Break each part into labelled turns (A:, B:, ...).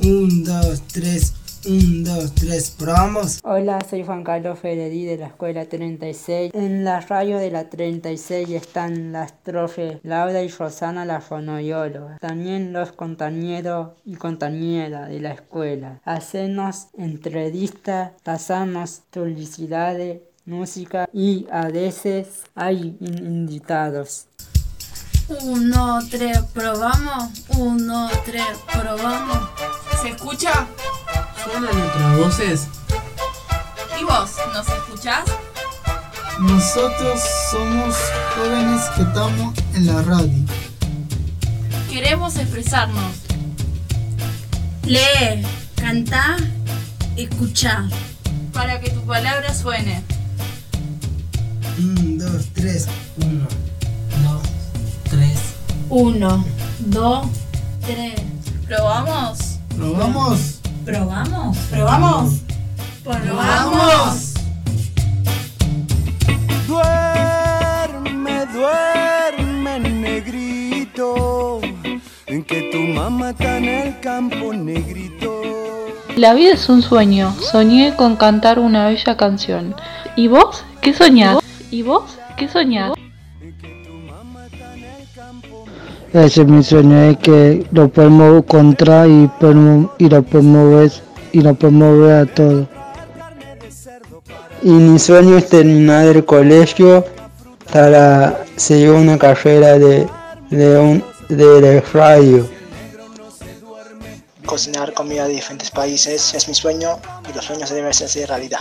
A: 1, 2, 3, 1, 2, 3, probamos.
B: Hola, soy Juan Carlos Feredi de la Escuela 36. En la radio de la 36 están las trofes Laura y Rosana la fonoyóloga. También los compañeros y compañeras de la escuela. Hacernos entrevistas, pasarnos publicidades, música y a veces hay in- invitados.
C: Uno, tres, probamos. Uno, tres, probamos.
D: ¿Se escucha?
E: ¿Suenan nuestras voces?
D: ¿Y vos nos escuchás?
A: Nosotros somos jóvenes que estamos en la radio.
D: Queremos expresarnos.
C: Lee, canta, escucha.
D: Para que tu palabra suene.
A: 1, 2, 3,
E: 1, 2, 3.
C: Uno, dos, tres.
D: ¿Probamos?
A: probamos.
C: ¿Probamos?
D: ¿Probamos?
F: Duerme, duerme, negrito, en que tu mamá está en el campo, negrito.
G: La vida es un sueño. Soñé con cantar una bella canción. ¿Y vos? ¿Qué soñás? ¿Y vos? ¿Qué soñás?
H: Ese es mi sueño, es que lo podemos encontrar y, promo- y lo promover y lo promover a todo. Y mi sueño es terminar el colegio para seguir una carrera de, de, un, de radio.
I: Cocinar comida de diferentes países es mi sueño y los sueños deben hacerse realidad.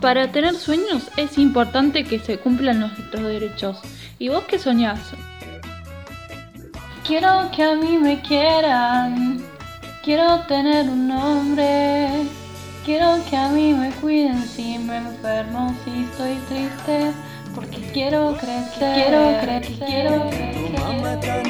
G: Para tener sueños es importante que se cumplan nuestros derechos. ¿Y vos qué soñás? Quiero que a mí me quieran. Quiero tener un nombre. Quiero que a mí me cuiden si me enfermo, si estoy triste. Porque quiero crecer. Quiero crecer. Quiero crecer.
F: Tu mamá está en